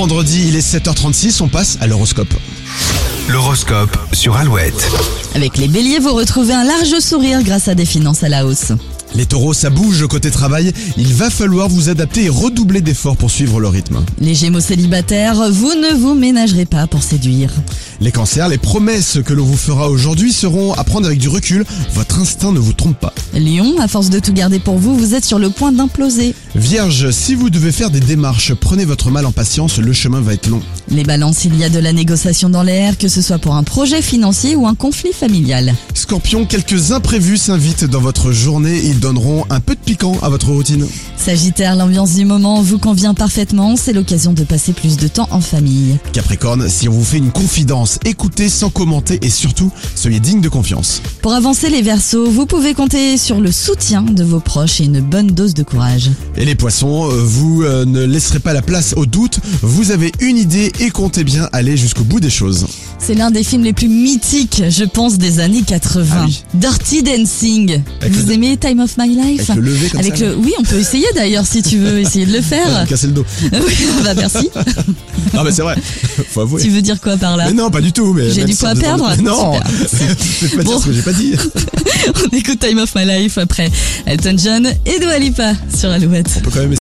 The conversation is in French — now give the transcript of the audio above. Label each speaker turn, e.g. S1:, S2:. S1: vendredi, il est 7h36, on passe à l'horoscope.
S2: L'horoscope sur Alouette.
S3: Avec les béliers, vous retrouvez un large sourire grâce à des finances à la hausse.
S1: Les taureaux, ça bouge côté travail, il va falloir vous adapter et redoubler d'efforts pour suivre le rythme.
S3: Les gémeaux célibataires, vous ne vous ménagerez pas pour séduire.
S1: Les cancers, les promesses que l'on vous fera aujourd'hui seront à prendre avec du recul, votre instinct ne vous trompe pas.
S3: Lion, à force de tout garder pour vous, vous êtes sur le point d'imploser.
S1: Vierge, si vous devez faire des démarches, prenez votre mal en patience, le chemin va être long.
S3: Les balances, il y a de la négociation dans l'air, que ce soit pour un projet financier ou un conflit familial.
S1: Scorpion, quelques imprévus s'invitent dans votre journée, ils donneront un peu de piquant à votre routine.
S3: Sagittaire, l'ambiance du moment vous convient parfaitement, c'est l'occasion de passer plus de temps en famille.
S1: Capricorne, si on vous fait une confidence, écoutez sans commenter et surtout, soyez digne de confiance.
S3: Pour avancer les Verseaux, vous pouvez compter sur le soutien de vos proches et une bonne dose de courage.
S1: Et les poissons, euh, vous euh, ne laisserez pas la place au doute, vous avez une idée et comptez bien aller jusqu'au bout des choses.
S3: C'est l'un des films les plus mythiques, je pense, des années 80.
S1: Ah oui.
S3: Dirty Dancing.
S1: Avec
S3: vous
S1: le-
S3: aimez Time of My Life
S1: Avec le lever comme
S3: Avec
S1: ça,
S3: le- Oui, on peut essayer d'ailleurs si tu veux essayer de le
S1: Ouais,
S3: faire.
S1: vous cassez le dos.
S3: oui, bah merci.
S1: Ah bah c'est vrai, faut avouer.
S3: Tu veux dire quoi par là
S1: Mais non, pas du tout. mais
S3: J'ai
S1: même
S3: du
S1: si
S3: poids
S1: on
S3: à
S1: faisait-
S3: perdre
S1: Mais Non, c'est pas dire
S3: Bon.
S1: ce que j'ai pas dit.
S3: On écoute Time of My Life après Elton John et Dua Lipa sur Alouette.
S1: On peut quand même